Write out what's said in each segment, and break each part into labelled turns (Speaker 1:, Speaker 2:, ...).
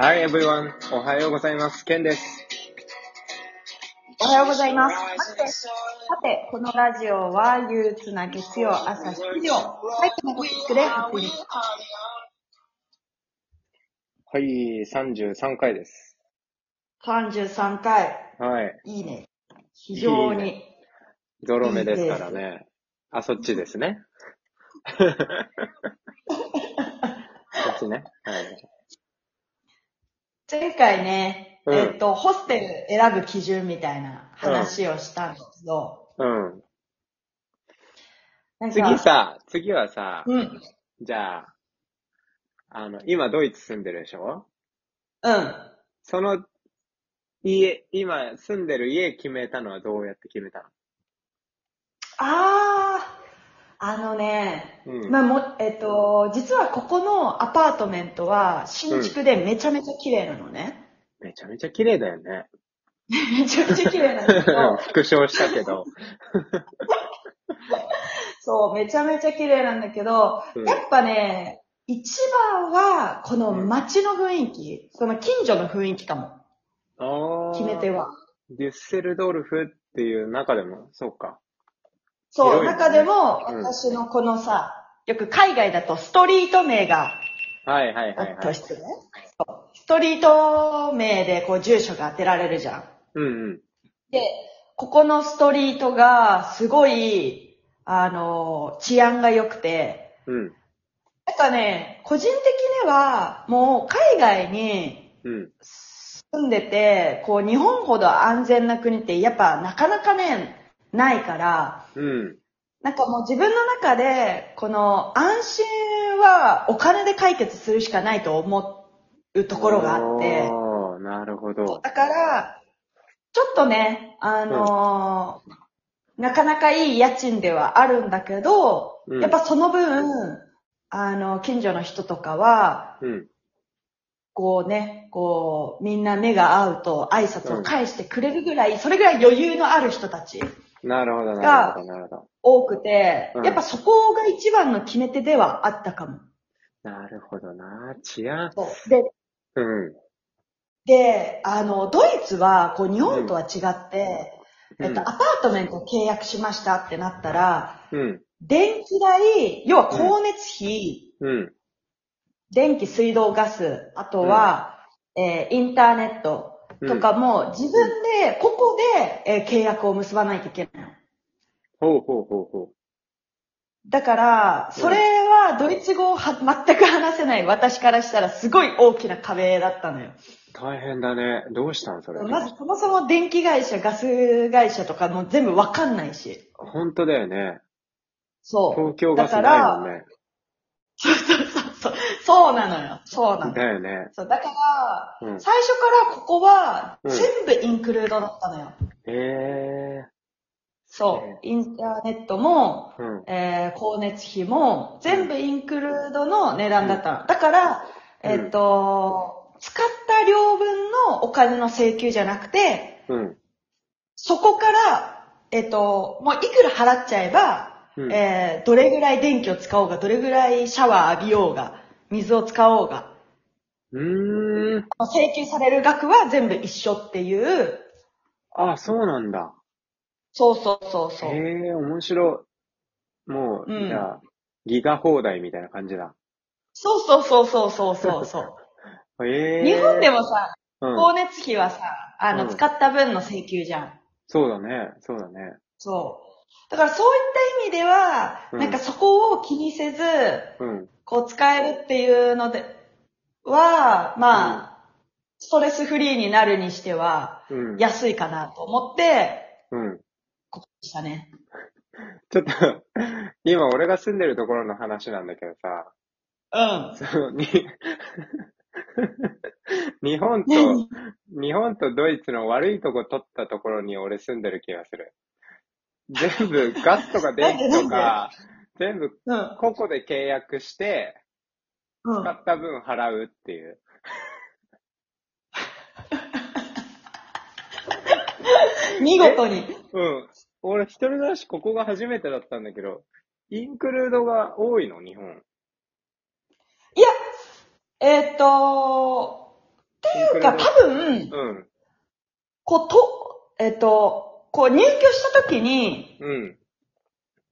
Speaker 1: Hi everyone! おはようございます。ケンです。
Speaker 2: おはようございます。さて、さて、このラジオは憂鬱な月曜朝7時をはい、このトピックで発表します。
Speaker 1: はい、33回です。
Speaker 2: 33回、
Speaker 1: はい。
Speaker 2: いいね。非常に。
Speaker 1: いいゾロ目ですからね。あ、そっちです ね。そっちね。はい。
Speaker 2: 前回ね、
Speaker 1: うん
Speaker 2: えっと、ホステル選ぶ基準みたいな話をしたんですけど、
Speaker 1: うん。
Speaker 2: なん
Speaker 1: 次
Speaker 2: か、
Speaker 1: さ、次はさ、
Speaker 2: うん、うん。
Speaker 1: じゃあ、あの、今ドイツ住んでるでしょその、家、今住んでる家決めたのはどうやって決めた
Speaker 2: あー、あのね、
Speaker 1: のうん。
Speaker 2: まあ、も、えっと、実はここのアパートメントは新築でめちゃめちゃ綺麗なのね。
Speaker 1: めちゃめちゃ綺麗だよね。
Speaker 2: めちゃくちゃ綺麗なんだけど、
Speaker 1: 復唱したけど。
Speaker 2: そう、めちゃめちゃ綺麗なんだけど、
Speaker 1: うん
Speaker 2: やっぱね、一番は、この街の雰囲気、この近所の雰囲気かも、
Speaker 1: ああ。
Speaker 2: 決め手は。
Speaker 1: デュッセルドルフっていう中でも、そうか。
Speaker 2: そう、
Speaker 1: 広いね
Speaker 2: 中でも、
Speaker 1: うん
Speaker 2: 私のこのさ、よく海外だとストリート名が
Speaker 1: はいはい
Speaker 2: あ
Speaker 1: はい
Speaker 2: っ
Speaker 1: は
Speaker 2: と
Speaker 1: い。
Speaker 2: してね、そうストリート名でこう住所が当てられるじゃん。
Speaker 1: うんうん。
Speaker 2: で、ここのストリートが、すごい、あの、治安が良くて、
Speaker 1: うん。
Speaker 2: なんかね、個人的には、もう海外に
Speaker 1: うん。
Speaker 2: 住んでて、こう日本ほど安全な国ってやっぱなかなかね、ないから、
Speaker 1: うん。
Speaker 2: なんかもう自分の中で、この安心はお金で解決するしかないと思うところがあって、
Speaker 1: おーなるほど。
Speaker 2: だから、ちょっとね、あのーなかなかいい家賃ではあるんだけど、
Speaker 1: うん
Speaker 2: やっぱその分、あの、近所の人とかは、
Speaker 1: うん。
Speaker 2: こうね、こう、みんな目が合うと挨拶を返してくれるぐらい、それぐらい余裕のある人たち
Speaker 1: なるほど、なるほど、なるほど。
Speaker 2: 多くて、
Speaker 1: うん
Speaker 2: やっぱそこが一番の決め手ではあったかも。
Speaker 1: なるほどな。治安。
Speaker 2: そうで、
Speaker 1: うん。
Speaker 2: で、あの、ドイツは、こう、日本とは違って、
Speaker 1: うん
Speaker 2: えっと、アパートメントを契約しましたってなったら、
Speaker 1: うん。
Speaker 2: 電気代、要は光熱費、
Speaker 1: うん。
Speaker 2: 電気、水道、ガス、あとは、えーインターネット
Speaker 1: うん
Speaker 2: とかも、自分で、ここで、えー契約を結ばないといけないの。
Speaker 1: ほうほうほうほ
Speaker 2: だから、それはドイツ語をは全く話せない私からしたらすごい大きな壁だったのよ。
Speaker 1: う。大変だね。どうしたんそれ。
Speaker 2: まずそもそも電気会社、ガス会社とかも全部わかんないし。
Speaker 1: 本当だよね。
Speaker 2: そう。
Speaker 1: 東京ガス
Speaker 2: だか
Speaker 1: ないもん
Speaker 2: ら、
Speaker 1: ね。
Speaker 2: そうそうなのよ。そうなの。
Speaker 1: だよね。
Speaker 2: そうだから、
Speaker 1: うん
Speaker 2: 最初からここは
Speaker 1: うん
Speaker 2: 全部インクルードだったのよ。
Speaker 1: へえ
Speaker 2: そう。インターネットも、
Speaker 1: ー。うん。
Speaker 2: えー光熱費も全部インクルードの値段だったの。だから、
Speaker 1: うん
Speaker 2: えっ、と、使った量分のお金の請求じゃなくて、
Speaker 1: うん。
Speaker 2: そこから、えっ、と、もういくら払っちゃえば、
Speaker 1: うん
Speaker 2: えーどれぐらい電気を使おうが、どれぐらいシャワー浴びようが、水を使おうが、
Speaker 1: うーん。
Speaker 2: 請求される額は全部一緒っていう、
Speaker 1: あ、そうなんだ。
Speaker 2: そうそうそうそう。
Speaker 1: へえ、面白い。もう、
Speaker 2: うん
Speaker 1: じゃあ、ギガ放題みたいな感じだ。
Speaker 2: そうそうそうそうそうそうそう。
Speaker 1: ええ。
Speaker 2: 日本でもさ、
Speaker 1: うん、
Speaker 2: 光熱費はさ、あの、
Speaker 1: うん
Speaker 2: 使った分の請求じゃん。
Speaker 1: そうだね、そうだね。
Speaker 2: そう。だからそういった意味では、
Speaker 1: うん
Speaker 2: なんかそこを気にせず、
Speaker 1: うん。
Speaker 2: こう使えるっていうので、は、まあ、ストレスフリーになるにしては、
Speaker 1: うん。
Speaker 2: 安いかなと思って、
Speaker 1: うん。
Speaker 2: ここでしたね。
Speaker 1: ちょっと、 今俺が住んでるところの話なんだけどさ、
Speaker 2: うん。
Speaker 1: そのに 日本と、
Speaker 2: 何
Speaker 1: 日本とドイツの悪いとこ取ったところに俺住んでる気がする。全部ガスとか電気とか、全部
Speaker 2: うん。
Speaker 1: 個々で契約して、
Speaker 2: う
Speaker 1: 使
Speaker 2: ん。
Speaker 1: った分払うっていう。
Speaker 2: 見事に。
Speaker 1: うん。俺一人暮らしここが初めてだったんだけど、インクルードが多いの、日本。
Speaker 2: いや、えーっ、と、いうか、多分、
Speaker 1: うん。
Speaker 2: こう、と、えっ、と、こう入居した時に、
Speaker 1: うん。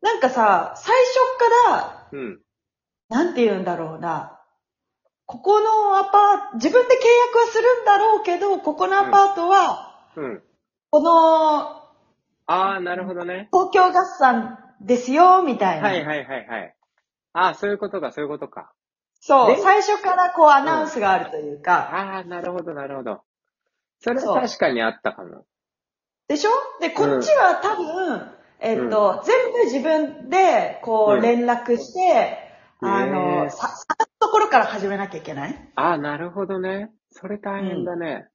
Speaker 2: なんかさ、最初から、
Speaker 1: うん。
Speaker 2: なんて言うんだろうな。ここのアパート、自分で契約はするんだろうけど、ここのアパートは、
Speaker 1: うん。
Speaker 2: この
Speaker 1: ああ、なるほどね。
Speaker 2: 東京合算ですよ、みたいな。
Speaker 1: はいはいはいはい。ああ、そういうことか、そういうことか。
Speaker 2: そう、
Speaker 1: で
Speaker 2: 最初からこうアナウンスがあるというか、
Speaker 1: ああ、なるほど、なるほど。それ
Speaker 2: そう
Speaker 1: は確かにあったかも。
Speaker 2: でしょで、こっちは多分、えっ、と、全部自分でこ
Speaker 1: う
Speaker 2: うん連絡して、
Speaker 1: へー
Speaker 2: あの、さ、探すところから始めなきゃいけない
Speaker 1: ああ、なるほどね。それ大変だね。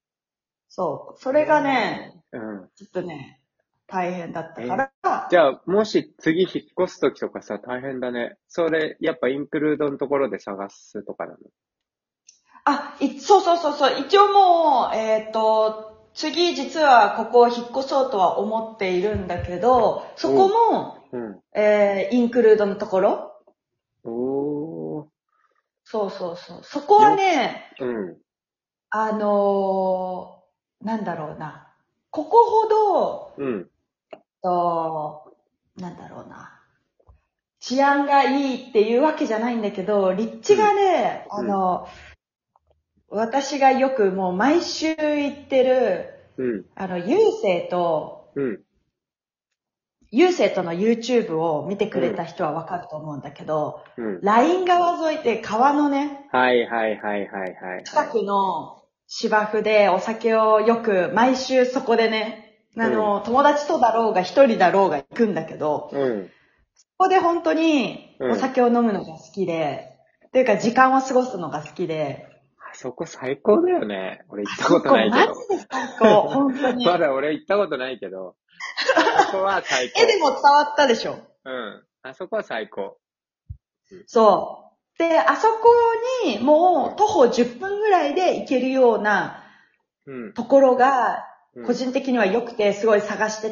Speaker 2: そう、それがね、
Speaker 1: うん。
Speaker 2: ちょっとね、大変だったから、
Speaker 1: じゃあ、もし次引っ越すときとかさ、大変だね。それ、やっぱインクルードのところで探すとかなの。
Speaker 2: あ、いそうそうそうそう、一応もう、えっ、と、次実はここを引っ越そうとは思っているんだけど、そこも、
Speaker 1: うん。
Speaker 2: えーインクルードのところ
Speaker 1: おー。
Speaker 2: そうそうそう。そこはね、
Speaker 1: うん。
Speaker 2: あのーなんだろうな。ここほど、
Speaker 1: うん。
Speaker 2: と、なんだろうな。治安がいいっていうわけじゃないんだけど、立地がね、
Speaker 1: うん
Speaker 2: あの、私がよくもう毎週行ってる、
Speaker 1: うん。
Speaker 2: あの、郵政と、
Speaker 1: うん。
Speaker 2: 郵政との YouTube を見てくれた人はわかると思うんだけど、
Speaker 1: うん。
Speaker 2: ライン川沿いって川のね、
Speaker 1: はいはいはいはいはい。
Speaker 2: 近くの芝生でお酒をよく毎週そこでね、あの、友達とだろうが一人だろうが行くんだけど、
Speaker 1: うん。
Speaker 2: ここで本当に
Speaker 1: うん
Speaker 2: お酒を飲むのが好きで、というか時間を過ごすのが好きで、
Speaker 1: あそこ最高だよね。俺行ったことないけ
Speaker 2: あそ
Speaker 1: ど
Speaker 2: こ。マジで最高、本当に。
Speaker 1: まだ俺行ったことないけど。そこは最
Speaker 2: 絵で
Speaker 1: 高。
Speaker 2: も伝わったでしょ
Speaker 1: うん。あそこは最高。
Speaker 2: そう。で、あそこにもう徒歩10分ぐらいで行けるような
Speaker 1: うん。
Speaker 2: ところが
Speaker 1: うん
Speaker 2: 個人的には良くて、すごい探して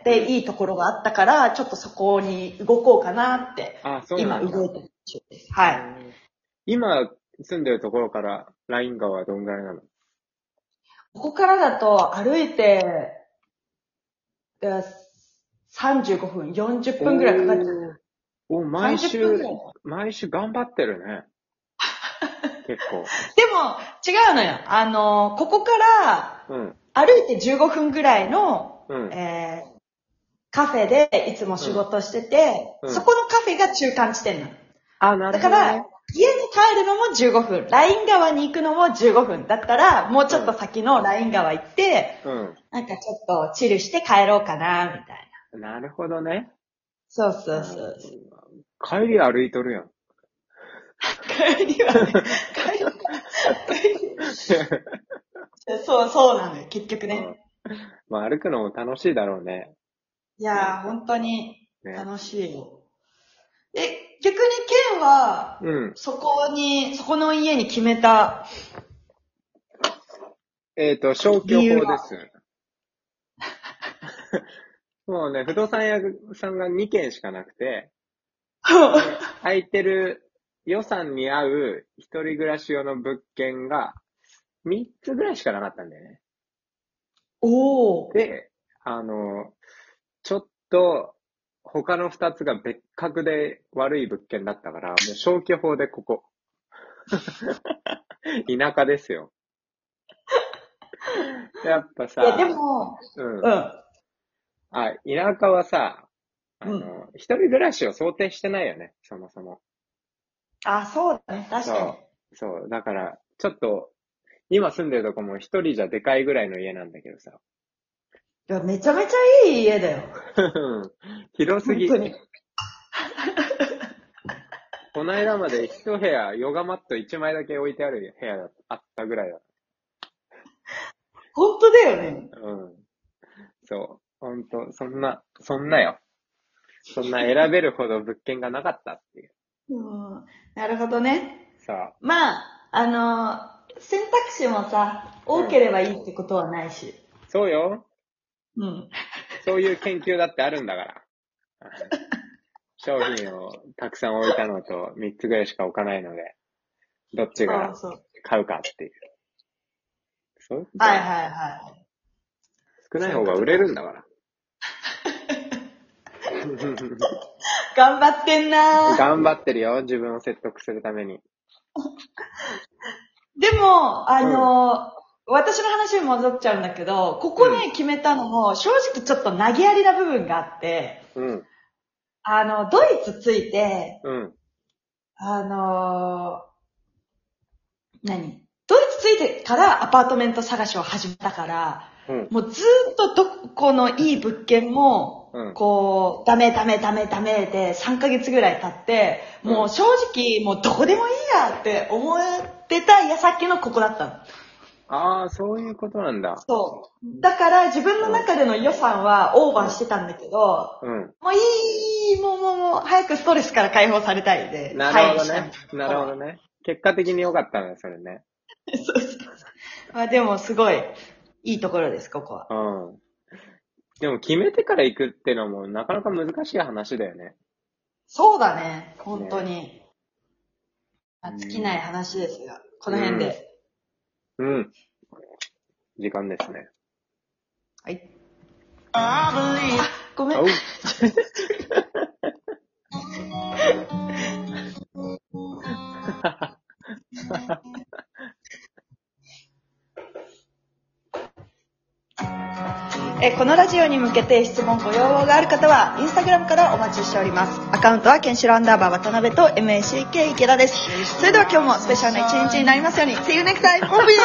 Speaker 1: うん
Speaker 2: で、いいところがあったから、ちょっとそこに動こうかなって、
Speaker 1: あ、そうな
Speaker 2: 今
Speaker 1: んだ。
Speaker 2: 動いてる途中です。はい。
Speaker 1: い。今住んでるところからライン川はどんぐらいなの
Speaker 2: ここからだと歩いて、えー35分、40分ぐらいかかっちゃう。
Speaker 1: お、毎
Speaker 2: 30分
Speaker 1: 週
Speaker 2: ぐらい、
Speaker 1: 毎週頑張ってる ね。結
Speaker 2: でも、違うのよ。あのー、ここから
Speaker 1: 構。うん。
Speaker 2: 歩いて15分ぐらいの、
Speaker 1: うん。
Speaker 2: えーカフェでいつも仕事してて、
Speaker 1: うんうん
Speaker 2: そこのカフェが中間地点なの。
Speaker 1: あ、な
Speaker 2: だ
Speaker 1: る
Speaker 2: か
Speaker 1: ほど、
Speaker 2: ら
Speaker 1: ね。、
Speaker 2: 家に帰るのも15分、ライン川に行くのも15分。だったら、もうちょっと先のライン川行って、なんかちょっとチルして帰ろうかな、みたいな。
Speaker 1: うん。なるほどね。
Speaker 2: そうそうそう。
Speaker 1: 帰り歩いとるやん。
Speaker 2: 帰りはね、帰りは、そう、そうなのよ、結局ね。
Speaker 1: まあ歩くのも楽しいだろうね。
Speaker 2: いやー、本当に
Speaker 1: ね
Speaker 2: 楽しいよ。え、逆にケンは、
Speaker 1: うん。
Speaker 2: そこに、そこの家に決めた、
Speaker 1: えっ、と、消去
Speaker 2: 理由
Speaker 1: 法
Speaker 2: は
Speaker 1: です。 もうね、不動産屋さんが2軒しかなくて、空いてる予算に合う一人暮らし用の物件が3つぐらいしかなかったんだよね。
Speaker 2: おー、
Speaker 1: で、あの、ちょっと他の2つが別格で悪い物件だったから、もう消去法でこ こ。田舎ですよ。やっぱさ、
Speaker 2: いや、でも、
Speaker 1: うん
Speaker 2: う。ん。
Speaker 1: あ、田舎はさ、あの、
Speaker 2: うん
Speaker 1: 一人暮らしを想定してないよね、そもそも。
Speaker 2: あ、そうだね、確かに。
Speaker 1: そう、だから、ちょっと、今住んでるとこも一人じゃでかいぐらいの家なんだけどさ。
Speaker 2: いや、めちゃめちゃいい家だよ。
Speaker 1: 広すぎ。
Speaker 2: 本当に
Speaker 1: この間まで一部屋、ヨガマット一枚だけ置いてある部屋だあったぐらいだ。
Speaker 2: 本当だよね。
Speaker 1: うん。そう。ほんと、そんな、そんなよ。そんな選べるほど物件がなかったっていう。
Speaker 2: うん。なるほどね。
Speaker 1: さ
Speaker 2: まあ、あのー選択肢もさ、多ければいいってことはないし。
Speaker 1: あ、そうよ。
Speaker 2: うん。
Speaker 1: そういう研究だってあるんだから。 商品をたくさん置いたのと3つぐらいしか置かないので、どっちが
Speaker 2: そうそう。
Speaker 1: 買うかっていう。そういうこと
Speaker 2: はいはいは
Speaker 1: 少ない方が売れるんだから。
Speaker 2: い。頑張ってんなー
Speaker 1: 頑張ってるよ、自分を説得するために。
Speaker 2: でも、あのー私の話に戻っちゃうんだけど、ここね、決めたのも、正直ちょっと投げやりな部分があって、
Speaker 1: うん、
Speaker 2: あの、ドイツついて、
Speaker 1: うん、
Speaker 2: あのー何ドイツついてからアパートメント探しを始めたから、
Speaker 1: うん、
Speaker 2: もうずーっとどこのいい物件も、
Speaker 1: うん
Speaker 2: こう、ダメダメダメダメで3ヶ月ぐらい経って、もう正直もうどこでもいいやって思ってた矢先のここだったの。
Speaker 1: ああ、そういうことなんだ。
Speaker 2: そう。だから自分の中での予算はオーバーしてたんだけど、
Speaker 1: うん。
Speaker 2: もういい、もうもうもう、早くストレスから解放されたいで。
Speaker 1: なるほど
Speaker 2: 回
Speaker 1: ね
Speaker 2: 避し。た
Speaker 1: なるほどね。結果的に良かったね、それね。
Speaker 2: そうそうそう。 まあでもすごい、いいところです、ここは。
Speaker 1: うん。でも決めてから行くってのもなかなか難しい話だよね。
Speaker 2: そうだね、本当に。まあ尽きない話ですが、この辺で。
Speaker 1: うん。時間ですね。
Speaker 2: はい。
Speaker 3: I
Speaker 2: あ、ごめん。
Speaker 1: おう
Speaker 2: えこのラジオに向けて質問ご要望がある方はインスタグラムからお待ちしておりますアカウントはケンシロウアンダーバー渡 辺と MACK 池田ですそれでは今日もスペシャルな一日になりますように See you next time! Love you!